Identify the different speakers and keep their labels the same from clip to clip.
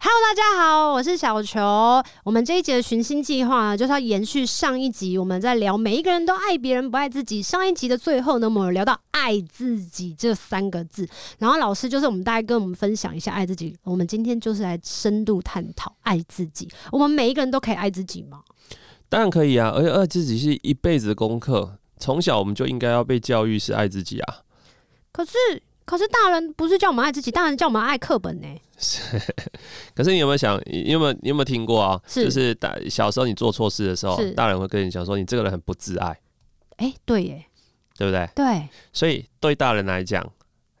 Speaker 1: Hello，大家好，我是小球。我们这一集的寻星计划呢，就是要延续上一集，我们在聊每一个人都爱别人不爱自己。上一集的最后呢，我们有聊到“爱自己”这三个字，然后老师就是我们大概跟我们分享一下哎爱自己。我们今天就是来深度探讨爱自己。我们每一个人都可以爱自己吗？
Speaker 2: 当然可以啊，而且爱自己是一辈子的功课，从小我们就应该要被教育是爱自己啊。
Speaker 1: 可是，可是大人不是叫我们爱自己，大人叫我们爱课本呢、
Speaker 2: 可是你有没有想，你你有没有你有没有听过啊？
Speaker 1: 是
Speaker 2: 就是大小时候你做错事的时候
Speaker 1: 是，
Speaker 2: 大人会跟你讲说你这个人很不自爱，
Speaker 1: 哎、对耶，
Speaker 2: 对不对？
Speaker 1: 对，
Speaker 2: 所以对大人来讲，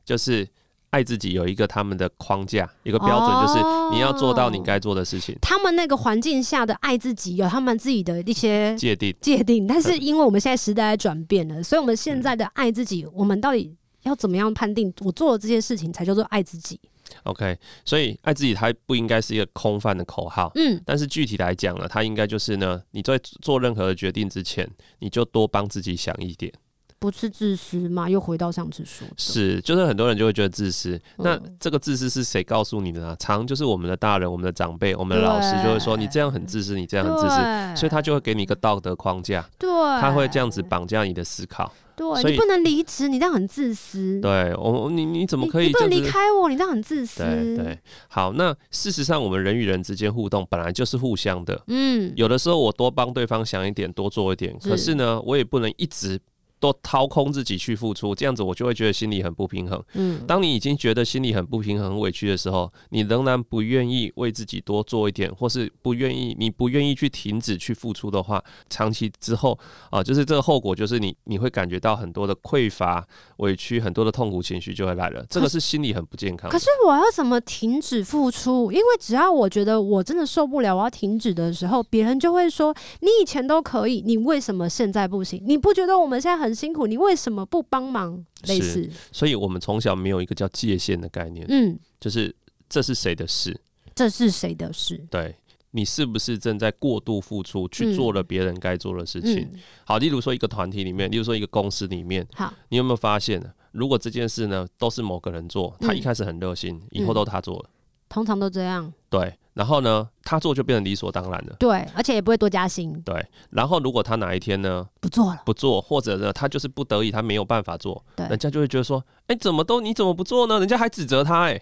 Speaker 2: 就是爱自己有一个他们的框架，一个标准，就是你要做到你
Speaker 1: 哦。
Speaker 2: 该做的事情。
Speaker 1: 他们那个环境下的爱自己，有他们自己的一些
Speaker 2: 界定
Speaker 1: 界定，但是因为我们现在时代在转变了，所以我们现在的爱自己，我们到底要怎么样判定我做了这些事情才叫做爱自己？
Speaker 2: ，OK，所以爱自己它不应该是一个空泛的口号，
Speaker 1: 嗯，
Speaker 2: 但是具体来讲呢，它应该就是呢，你在做任何的决定之前，你就多帮自己想一点。
Speaker 1: 不是自私吗？又回到上次说的，
Speaker 2: 是，就是很多人就会觉得自私。那
Speaker 1: 嗯
Speaker 2: 这个自私是谁告诉你的呢？常就是我们的大人、我们的长辈、我们的老师就会说
Speaker 1: 对
Speaker 2: 你这样很自私，你
Speaker 1: 对
Speaker 2: 这样很自私，所以他就会给你一个道德框架，
Speaker 1: 对，
Speaker 2: 他会这样子绑架你的思考。
Speaker 1: 对，
Speaker 2: 所以
Speaker 1: 你不能离职，你这样很自私。
Speaker 2: 对我，你你怎
Speaker 1: 你
Speaker 2: 么可
Speaker 1: 你
Speaker 2: 以
Speaker 1: 不
Speaker 2: 这
Speaker 1: 能
Speaker 2: 样
Speaker 1: 离
Speaker 2: 子？
Speaker 1: 开我，你这样很自私。
Speaker 2: 对对，好。那事实上，我们人与人之间互动本来就是互相的，
Speaker 1: 嗯，
Speaker 2: 有的时候我多帮对方想一点，多做一点，
Speaker 1: 是
Speaker 2: 可是呢，我也不能一直都掏空自己去付出，这样子我就会觉得心里很不平衡。
Speaker 1: 嗯，
Speaker 2: 当你已经觉得心里很不平衡、很委屈的时候，你仍然不愿意为自己多做一点，或是不愿意，你不愿意去停止去付出的话，长期之后啊、就是这个后果，就是你你会感觉到很多的匮乏、委屈，很多的痛苦情绪就会来了。这个是心理很不健康
Speaker 1: 可。
Speaker 2: 的
Speaker 1: 是我要怎么停止付出？因为只要我觉得我真的受不了，我要停止的时候，别人就会说：“你以前都可以，你为什么现在不行？你不觉得我们现在很辛苦？你为什么不帮忙？”
Speaker 2: 是
Speaker 1: 类似，
Speaker 2: 所以我们从小没有一个叫界限的概念，
Speaker 1: 嗯，
Speaker 2: 就是这是谁的事。
Speaker 1: 这是谁的事？
Speaker 2: 对你是不是正在过度付出去做了别人该做的事情？
Speaker 1: 嗯，
Speaker 2: 好，例如说一个团体里面，例如说一个公司里面，
Speaker 1: 好，
Speaker 2: 你有没有发现呢？如果这件事呢都是某个人做，他
Speaker 1: 嗯
Speaker 2: 一开始很热心，以后都他做了，
Speaker 1: 通常都这样，
Speaker 2: 对，然后呢他做就变成理所当然了。
Speaker 1: 对，而且也不会多加薪，
Speaker 2: 对，然后如果他哪一天呢
Speaker 1: 不做了，
Speaker 2: 不做，或者呢他就是不得已，他没有办法做，
Speaker 1: 对
Speaker 2: 人家就会觉得说，哎，怎么都你怎么不做呢？人家还指责他、 哎，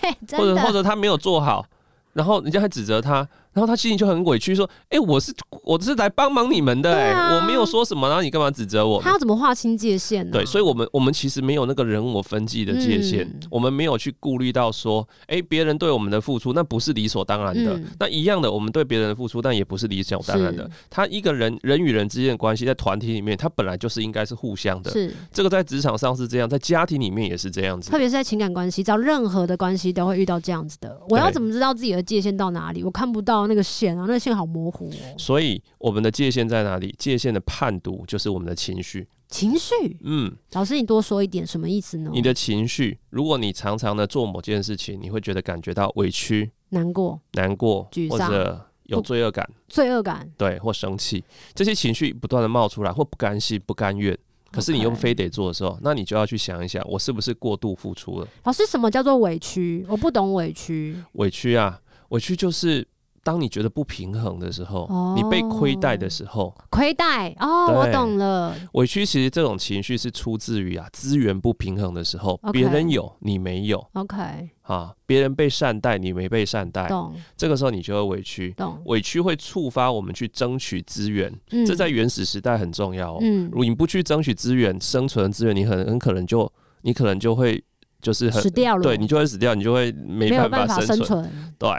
Speaker 1: 嘿真
Speaker 2: 或者或
Speaker 1: 的，
Speaker 2: 者他没有做好，然后人家还指责他，然后他心里就很委屈，说：“哎、我是我是来帮忙你们的、
Speaker 1: 对
Speaker 2: 哎、
Speaker 1: 啊
Speaker 2: 我没有说什么，然后你干嘛指责我
Speaker 1: 他？”要怎么划清界限呢？
Speaker 2: 对，所以，我们我们其实没有那个人我分际的界限，
Speaker 1: 嗯
Speaker 2: 我们没有去顾虑到说，哎、别人对我们的付出，那不是理所当然的。
Speaker 1: 嗯
Speaker 2: 那一样的，我们对别人的付出，但也不是理所当然的
Speaker 1: 是。
Speaker 2: 他一个人人与人之间的关系，在团体里面，他本来就是应该是互相的。
Speaker 1: 是，
Speaker 2: 这个在职场上是这样，在家庭里面也是这样子
Speaker 1: 特。别是在情感关系，只要任何的关系都会遇到这样子的。我要
Speaker 2: 对
Speaker 1: 怎么知道自己的界限到哪里？我看不到那个线啊，那个线好模糊哦。
Speaker 2: 所以我们的界限在哪里？界限的判读就是我们的情绪。
Speaker 1: 情绪，
Speaker 2: 嗯，
Speaker 1: 老师，你多说一点，什么意思呢？
Speaker 2: 你的情绪，如果你常常的做某件事情，你会觉得感觉到委屈、
Speaker 1: 难过、
Speaker 2: 难过，
Speaker 1: 沮
Speaker 2: 或
Speaker 1: 丧
Speaker 2: 者有罪恶感，
Speaker 1: 罪恶感，
Speaker 2: 对，或生气，这些情绪不断的冒出来，或不甘心、不甘愿。可是你又
Speaker 1: OK
Speaker 2: 非得做的时候，那你就要去想一想，我是不是过度付出了？
Speaker 1: 老师，什么叫做委屈？我不懂委屈。
Speaker 2: 委屈啊，委屈就是当你觉得不平衡的时候，
Speaker 1: 哦
Speaker 2: 你被亏待的时候，
Speaker 1: 亏待哦，
Speaker 2: 对
Speaker 1: 我懂了，
Speaker 2: 委屈其实这种情绪是出自于啊资源不平衡的时候，
Speaker 1: OK
Speaker 2: 别人有你没有
Speaker 1: OK，
Speaker 2: 啊，别人被善待你没被善待，
Speaker 1: 懂
Speaker 2: 这个时候你就会委屈，
Speaker 1: 懂，
Speaker 2: 委屈会触发我们去争取资源，
Speaker 1: 嗯
Speaker 2: 这在原始时代很重要哦。
Speaker 1: 嗯
Speaker 2: 如果你不去争取资源、生存资源，你很很可能就你可能就会就是很
Speaker 1: 死掉了，
Speaker 2: 对你就会死掉，你就会没
Speaker 1: 没有
Speaker 2: 办
Speaker 1: 办
Speaker 2: 法
Speaker 1: 法
Speaker 2: 生
Speaker 1: 生
Speaker 2: 存。
Speaker 1: 存，
Speaker 2: 对，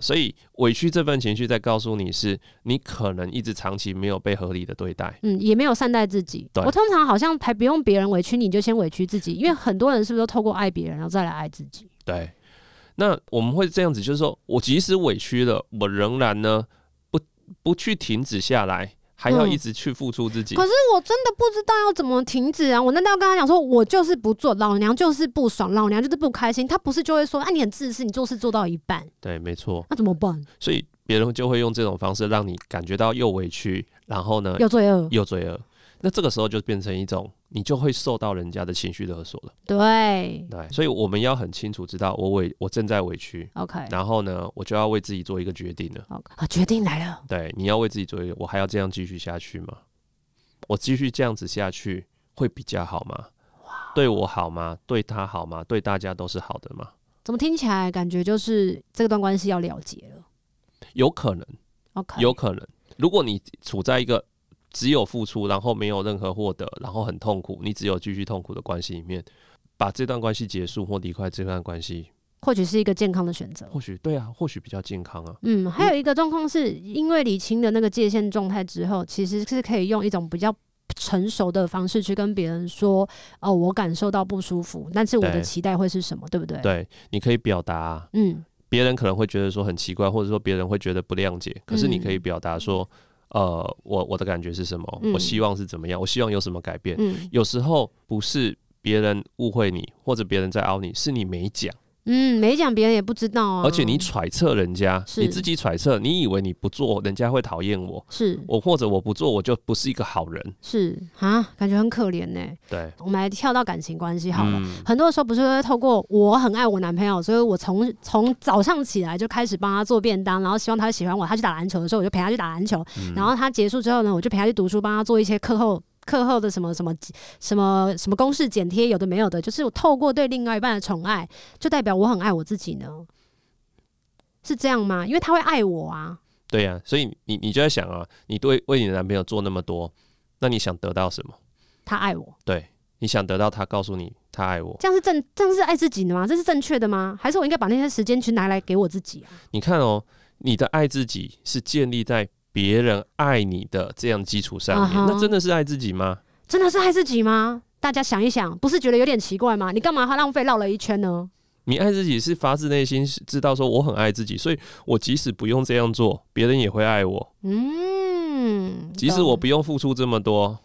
Speaker 2: 所以委屈这份情绪在告诉你是，你可能一直长期没有被合理的对待。
Speaker 1: 嗯，也没有善待自己。
Speaker 2: 对
Speaker 1: 我通常好像还不用别人委屈，你就先委屈自己，因为很多人是不是都透过爱别人，然后再来爱自己？
Speaker 2: 对，那我们会这样子，就是说我即使委屈了，我仍然呢不不去停止下来，还要
Speaker 1: 嗯
Speaker 2: 一直去付出自己。
Speaker 1: 可是我真的不知道要怎么停止啊！我难道要跟他讲说，我就是不做，老娘就是不爽，老娘就是不开心？他不是就会说，啊，你很自私，你做事做到一半，
Speaker 2: 对，没错，
Speaker 1: 那怎么办？
Speaker 2: 所以别人就会用这种方式让你感觉到又委屈，然后呢
Speaker 1: 有罪恶，
Speaker 2: 又罪恶。那这个时候就变成一种，你就会受到人家的情绪勒索了。
Speaker 1: 对
Speaker 2: 对，所以我们要很清楚知道，我委我正在委屈，
Speaker 1: ，OK，
Speaker 2: 然后呢，我就要为自己做一个决定了。
Speaker 1: 好啊，决定来了，
Speaker 2: 对，你要为自己做一个，我还要这样继续下去吗？我继续这样子下去会比较好吗？对我好吗？对他好吗？对大家都是好的吗？
Speaker 1: 怎么听起来感觉就是这段关系要了结了
Speaker 2: 有可能，
Speaker 1: ？OK，
Speaker 2: 有可能。如果你处在一个只有付出，然后没有任何获得，然后很痛苦，你只有继续痛苦的关系里面，把这段关系结束或离开这段关系，
Speaker 1: 或许是一个健康的选择。
Speaker 2: 或许对啊，或许比较健康啊。
Speaker 1: 嗯，还有一个状况是因为理清的那个界限状态之后，其实是可以用一种比较成熟的方式去跟别人说，哦，我感受到不舒服，但是我的
Speaker 2: 对
Speaker 1: 期待会是什么，对不对？，
Speaker 2: 对，你可以表达啊、
Speaker 1: 嗯，
Speaker 2: 别人可能会觉得说很奇怪，或者说别人会觉得不谅
Speaker 1: 嗯
Speaker 2: 解，可是你可以表达说，呃，我我的感觉是什么？
Speaker 1: 嗯
Speaker 2: 我希望是怎么样？我希望有什么改变？
Speaker 1: 嗯
Speaker 2: 有时候不是别人误会你，或者别人在凹你，是你没讲，
Speaker 1: 嗯，没讲别人也不知道啊，
Speaker 2: 而且你揣测人家，
Speaker 1: 是
Speaker 2: 你自己揣测，你以为你不做，人家会讨厌我，
Speaker 1: 是
Speaker 2: 我或者我不做，我就不是一个好人。
Speaker 1: 是啊，感觉很可怜呢、
Speaker 2: 对，
Speaker 1: 我们来跳到感情关系好了。
Speaker 2: 嗯，
Speaker 1: 很多时候不是会透过我很爱我男朋友，所以我从从早上起来就开始帮他做便当，然后希望他喜欢我。他去打篮球的时候，我就陪他去打篮球。
Speaker 2: 嗯
Speaker 1: 然后他结束之后呢，我就陪他去读书，帮他做一些课后课后的什么什么什么什么公式剪贴，有的没有的，就是我透过对另外一半的宠爱，就代表我很爱我自己呢。是这样吗？因为他会爱我啊。
Speaker 2: 对呀、所以你你就在想啊，你对为你的男朋友做那么多，那你想得到什么？
Speaker 1: 他爱我，
Speaker 2: 对，你想得到他告诉你他爱我。
Speaker 1: 这样是正，这样是爱自己的吗？这是正确的吗？还是我应该把那些时间去拿来给我自己啊？
Speaker 2: 你看哦，你的爱自己是建立在别人爱你的这样基础上面
Speaker 1: 啊哈
Speaker 2: 那真的是爱自己吗？
Speaker 1: 真的是爱自己吗？大家想一想，不是觉得有点奇怪吗？你干嘛还浪费绕了一圈呢？
Speaker 2: 你爱自己是发自内心是知道说我很爱自己，所以我即使不用这样做，别人也会爱我。
Speaker 1: 嗯，
Speaker 2: 即使我
Speaker 1: 懂
Speaker 2: 不用付出这么多，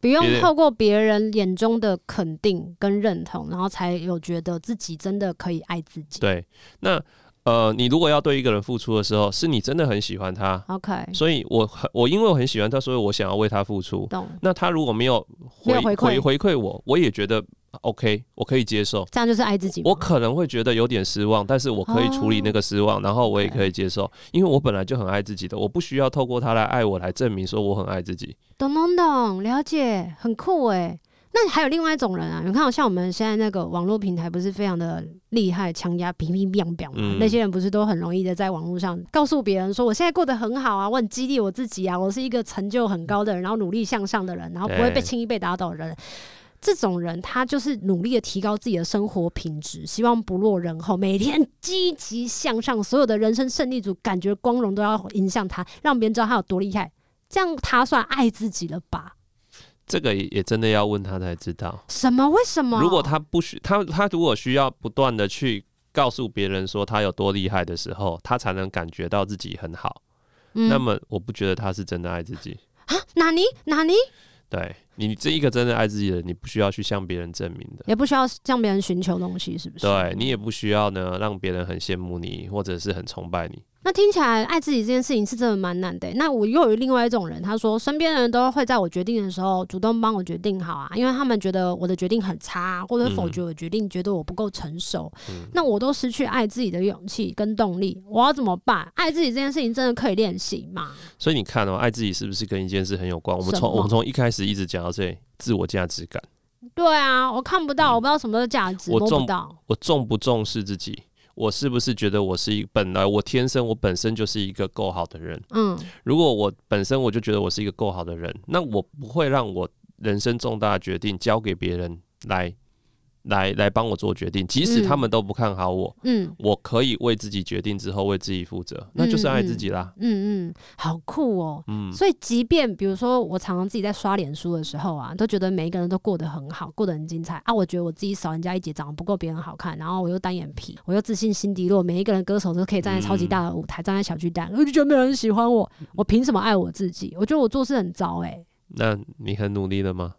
Speaker 1: 不用
Speaker 2: 别人
Speaker 1: 透过别人眼中的肯定跟认同，然后才有觉得自己真的可以爱自己。
Speaker 2: 对，那呃，你如果要对一个人付出的时候，是你真的很喜欢他，
Speaker 1: OK，
Speaker 2: 所以我很我因为我很喜欢他，所以我想要为他付出。
Speaker 1: 懂，
Speaker 2: 那他如果没有
Speaker 1: 没
Speaker 2: 回
Speaker 1: 有回馈
Speaker 2: 回回馈我，我也觉得 OK，我可以接受。
Speaker 1: 这样就是爱自己吗。
Speaker 2: 我可能会觉得有点失望，但是我可以处理那个失
Speaker 1: 哦
Speaker 2: 望，然后我也可以接受，因为我本来就很爱自己的，我不需要透过他来爱我来证明说我很爱自己。
Speaker 1: 懂懂懂，了解，很酷哎。那还有另外一种人啊，你看，像我们现在那个网络平台不是非常的厉害，强压乒乒乓乓嘛
Speaker 2: 嗯，
Speaker 1: 那些人不是都很容易的在网络上告诉别人说，我现在过得很好啊，我很激励我自己啊，我是一个成就很高的人，然后努力向上的人，然后不会被
Speaker 2: 对
Speaker 1: 轻易被打倒的人。这种人他就是努力的提高自己的生活品质，希望不落人后，每天积极向上，所有的人生胜利组感觉光荣都要迎向他，让别人知道他有多厉害。这样他算爱自己了吧？
Speaker 2: 这个也也真的要问他才知道。
Speaker 1: 什么？为什么？
Speaker 2: 如果他不需他他如果需要不断的去告诉别人说他有多厉害的时候，他才能感觉到自己很好。
Speaker 1: 嗯
Speaker 2: 那么我不觉得他是真的爱自己。
Speaker 1: 啊，哪尼哪尼
Speaker 2: 对你这一个真的爱自己的人，你不需要去向别人证明的。
Speaker 1: 也不需要向别人寻求东西，是不是？
Speaker 2: 对你也不需要呢，让别人很羡慕你，或者是很崇拜你。
Speaker 1: 那听起来爱自己这件事情是真的蛮难的欸。那我又有另外一种人，他说身边的人都会在我决定的时候主动帮我决定好啊，因为他们觉得我的决定很差啊，或者否决我决定，觉得我不够成熟。那我都失去爱自己的勇气跟动力，我要怎么办？爱自己这件事情真的可以练习吗？
Speaker 2: 所以你看哦，爱自己是不是跟一件事很有关？我们
Speaker 1: 什么
Speaker 2: 从我们从一开始一直讲到这里，自我价值感，
Speaker 1: 对啊，我看不到，我不知道什么的价值，
Speaker 2: 我
Speaker 1: 摸
Speaker 2: 重
Speaker 1: 不到。
Speaker 2: 我重不重视自己？我是不是觉得我是一本来我天生我本身就是一个够好的人？
Speaker 1: 嗯，
Speaker 2: 如果我本身我就觉得我是一个够好的人，那我不会让我人生重大的决定交给别人来来来帮我做决定，即使他们都不看好我，
Speaker 1: 嗯
Speaker 2: 我可以为自己决定之后为自己负责，那就是爱自己啦。
Speaker 1: 嗯嗯，好酷哦。
Speaker 2: 嗯，
Speaker 1: 所以，即便比如说，我常常自己在刷脸书的时候啊，都觉得每一个人都过得很好，过得很精彩啊。我觉得我自己少人家一截，长得不够别人好看，然后我又单眼皮，我又自信心低落。每一个人歌手都可以站在超级大的舞台，站在小巨蛋，我就觉得没有人喜欢我，我凭什么爱我自己？我觉得我做事很糟诶、
Speaker 2: 那你很努力了吗？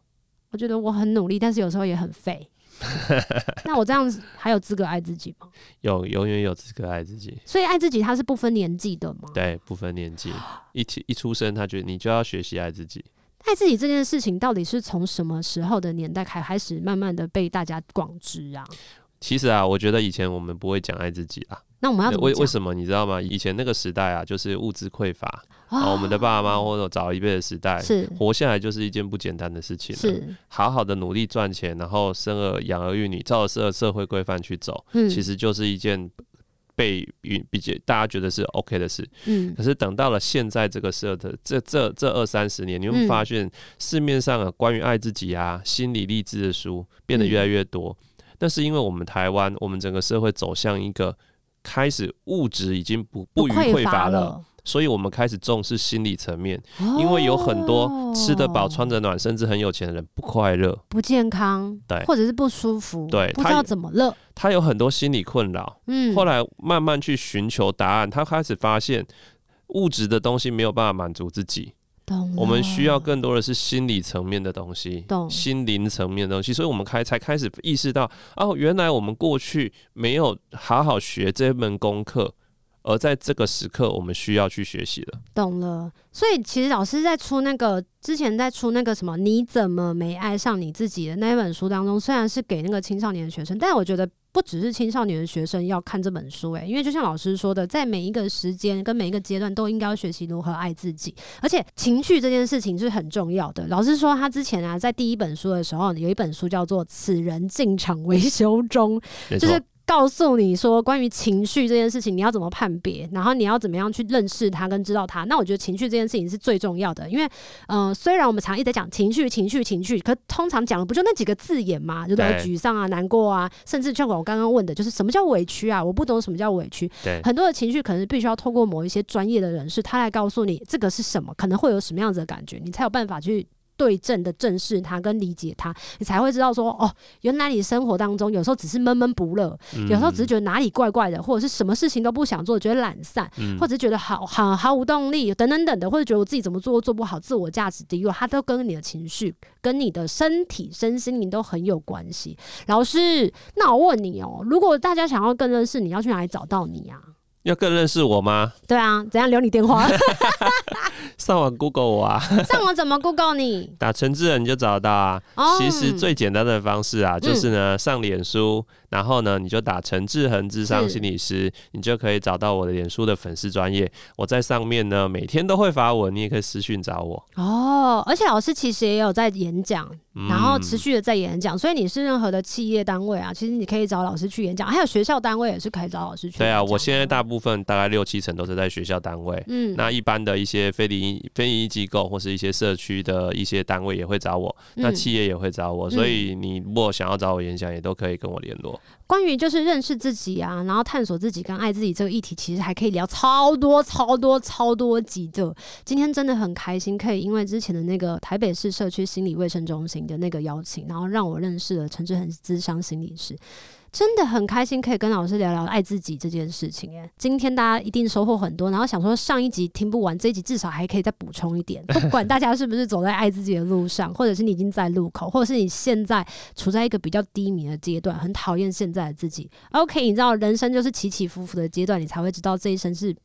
Speaker 1: 我觉得我很努力，但是有时候也很废。那我这样子还有资格爱自己吗？
Speaker 2: 有，永远有资格爱自己。
Speaker 1: 所以爱自己它是不分年纪的吗？
Speaker 2: 对，不分年纪，一起一出生，他觉得你就要学习爱自己。
Speaker 1: 爱自己这件事情到底是从什么时候的年代开开始，慢慢的被大家广知啊？
Speaker 2: 其实啊，我觉得以前我们不会讲爱自己啊。
Speaker 1: 那我们要怎么
Speaker 2: 为
Speaker 1: 讲
Speaker 2: 为什么你知道吗？以前那个时代啊，就是物质匮乏，啊、
Speaker 1: 啊
Speaker 2: 我们的爸妈或者早一辈的时代，
Speaker 1: 是
Speaker 2: 活下来就是一件不简单的事情了。
Speaker 1: 是，
Speaker 2: 好好的努力赚钱，然后生儿养儿育女，照着社社会规范去走，
Speaker 1: 嗯，
Speaker 2: 其实就是一件被允比较大家觉得是 OK 的事。
Speaker 1: 嗯
Speaker 2: 可是等到了现在这个社的这这这二三十年，你会
Speaker 1: 嗯
Speaker 2: 发现市面上啊关于爱自己啊、心理励志的书变得
Speaker 1: 嗯
Speaker 2: 越来越多。那是因为我们台湾，我们整个社会走向一个开始物质已经不
Speaker 1: 不
Speaker 2: 不予
Speaker 1: 匮
Speaker 2: 匮
Speaker 1: 乏
Speaker 2: 乏了，，所以我们开始重视心理层面。
Speaker 1: 哦
Speaker 2: 因为有很多吃得饱、穿着暖，甚至很有钱的人不快乐，
Speaker 1: 哦不健康，
Speaker 2: 对
Speaker 1: 或者是不舒服，
Speaker 2: 对
Speaker 1: 不知
Speaker 2: 他
Speaker 1: 道
Speaker 2: 也
Speaker 1: 怎么了，
Speaker 2: 他有很多心理困扰。
Speaker 1: 嗯，
Speaker 2: 后来慢慢去寻求答案，他开始发现物质的东西没有办法满足自己，
Speaker 1: 懂
Speaker 2: 我们需要
Speaker 1: 了
Speaker 2: 更多的是心理层面的东西
Speaker 1: 哦懂，
Speaker 2: 心灵层面的东西。所以我们开才开始意识到，哦，原来我们过去没有好好学这门功课。而在这个时刻，我们需要去学习了。
Speaker 1: 懂了，所以其实老师在出那个之前在出那个什么“你怎么没爱上你自己”的那一本书当中，虽然是给那个青少年的学生，但我觉得不只是青少年的学生要看这本书、欸，因为就像老师说的，在每一个时间跟每一个阶段都应该要学习如何爱自己，而且情绪这件事情是很重要的。老师说他之前啊，在第一本书的时候，有一本书叫做《此人进场维修中》，
Speaker 2: 没
Speaker 1: 就
Speaker 2: 错
Speaker 1: 是告诉你说关于情绪这件事情，你要怎么判别，然后你要怎么样去认识它跟知道它。那我觉得情绪这件事情是最重要的，因为呃，虽然我们常一直在讲情绪、情绪、情绪，可通常讲的不就那几个字眼嘛，就是
Speaker 2: 对
Speaker 1: 沮丧啊、难过啊，甚至像我刚刚问的，就是什么叫委屈啊？我不懂什么叫委屈。
Speaker 2: 对
Speaker 1: 很多的情绪可能必须要透过某一些专业的人士，他来告诉你这个是什么，可能会有什么样子的感觉，你才有办法去。对症的正视它，跟理解它，你才会知道说，哦，原来你生活当中有时候只是闷闷不乐，
Speaker 2: 嗯
Speaker 1: 有时候只是觉得哦哪里怪怪的，或者是什么事情都不想做，觉得懒散，
Speaker 2: 嗯
Speaker 1: 或者觉得好好毫无动力，等等等的，或者觉得我自己怎么做都做不好，自我价值低落，它都跟你的情绪、跟你的身体、身心灵都很有关系。老师，那我问你哦，如果大家想要更认识你，要去哪里找到你啊？
Speaker 2: 要更认识我吗？
Speaker 1: 对啊，怎样留你电 话？
Speaker 2: 上网 Google 我啊，
Speaker 1: 上网怎么 Google 你？
Speaker 2: 打陈志仁你就找得到啊。
Speaker 1: 哦，嗯
Speaker 2: 其实最简单的方式啊，就是呢上脸书，然后呢你就打陈志恒智商
Speaker 1: 是
Speaker 2: 心理师，你就可以找到我的脸书的粉丝专业。我在上面呢每天都会发文，你也可以私讯找我。
Speaker 1: 哦，而且老师其实也有在演讲，
Speaker 2: 嗯
Speaker 1: 然后持续的在演讲，所以你是任何的企业单位啊，其实你可以找老师去演讲，还有学校单位也是可以找老师去演
Speaker 2: 对啊，
Speaker 1: 讲的。
Speaker 2: 我现在大部分大概六七成都是在学校单位。
Speaker 1: 嗯
Speaker 2: 那一般的一些非利非营利机构或是一些社区的一些单位也会找我，那
Speaker 1: 嗯
Speaker 2: 企业也会找我，所以你如果想要找我演讲，也都可以跟我联络。
Speaker 1: 关于就是认识自己啊，然后探索自己跟爱自己这个议题，其实还可以聊超多超多超多集的。今天真的很开心，可以因为之前的那个台北市社区心理卫生中心的那个邀请，然后让我认识了陈志恒智商心理师。真的很开心，可以跟老师聊聊爱自己这件事情。哎，今天大家一定收获很多。然后想说，上一集听不完，这一集至少还可以再补充一点。不管大家是不是走在爱自己的路上，或者是你已经在路口，或者是你现在处在一个比较低迷的阶段，很讨厌现在的自己。OK，你知道人生就是起起伏伏的阶段，你才会知道这一生是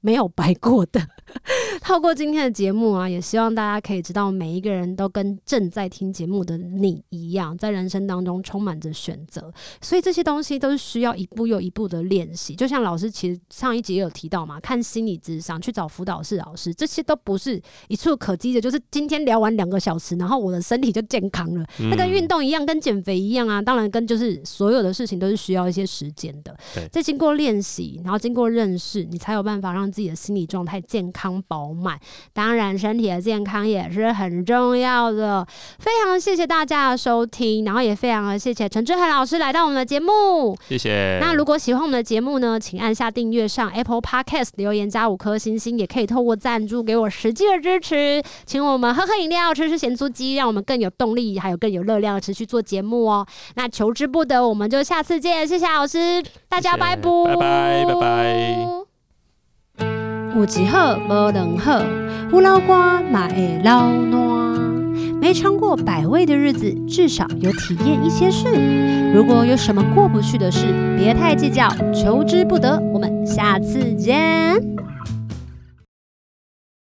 Speaker 1: 没有白过的。 透过今天的节目啊，也希望大家可以知道，每一个人都跟正在听节目的你一样，在人生当中充满着选择，所以这些东西都是需要一步又一步的练习。就像老师其实上一集也有提到嘛，看心理智商，去找辅导室老师，这些都不是一触可及的。就是今天聊完两个小时，然后我的身体就健康了，那
Speaker 2: 嗯
Speaker 1: 跟运动一样，跟减肥一样啊，当然跟就是所有的事情都是需要一些时间的
Speaker 2: 对。
Speaker 1: 在经过练习，然后经过认识，你才有办法让自自己的心理状态健康饱满。当然，身体的健康也是很重要的。非常谢谢大家的收听，然后也非常的谢谢陈志涵老师来到我们的节目。
Speaker 2: 谢谢。
Speaker 1: 那如果喜欢我们的节目呢，请按下订阅上 Apple Podcast 留言加五颗星星，也可以透过赞助给我实际的支持，请我们喝喝饮料，吃吃咸酥鸡，让我们更有动力，还有更有热量地持续做节目哦。那求之不得，我们就下次见，谢谢老师，大家
Speaker 2: 谢谢
Speaker 1: 拜拜，
Speaker 2: 拜拜拜拜。
Speaker 1: 有一好无两好，有老瓜嘛会老烂。没尝过百味的日子，至少有体验一些事。如果有什么过不去的事，别太计较，求之不得。我们下次见。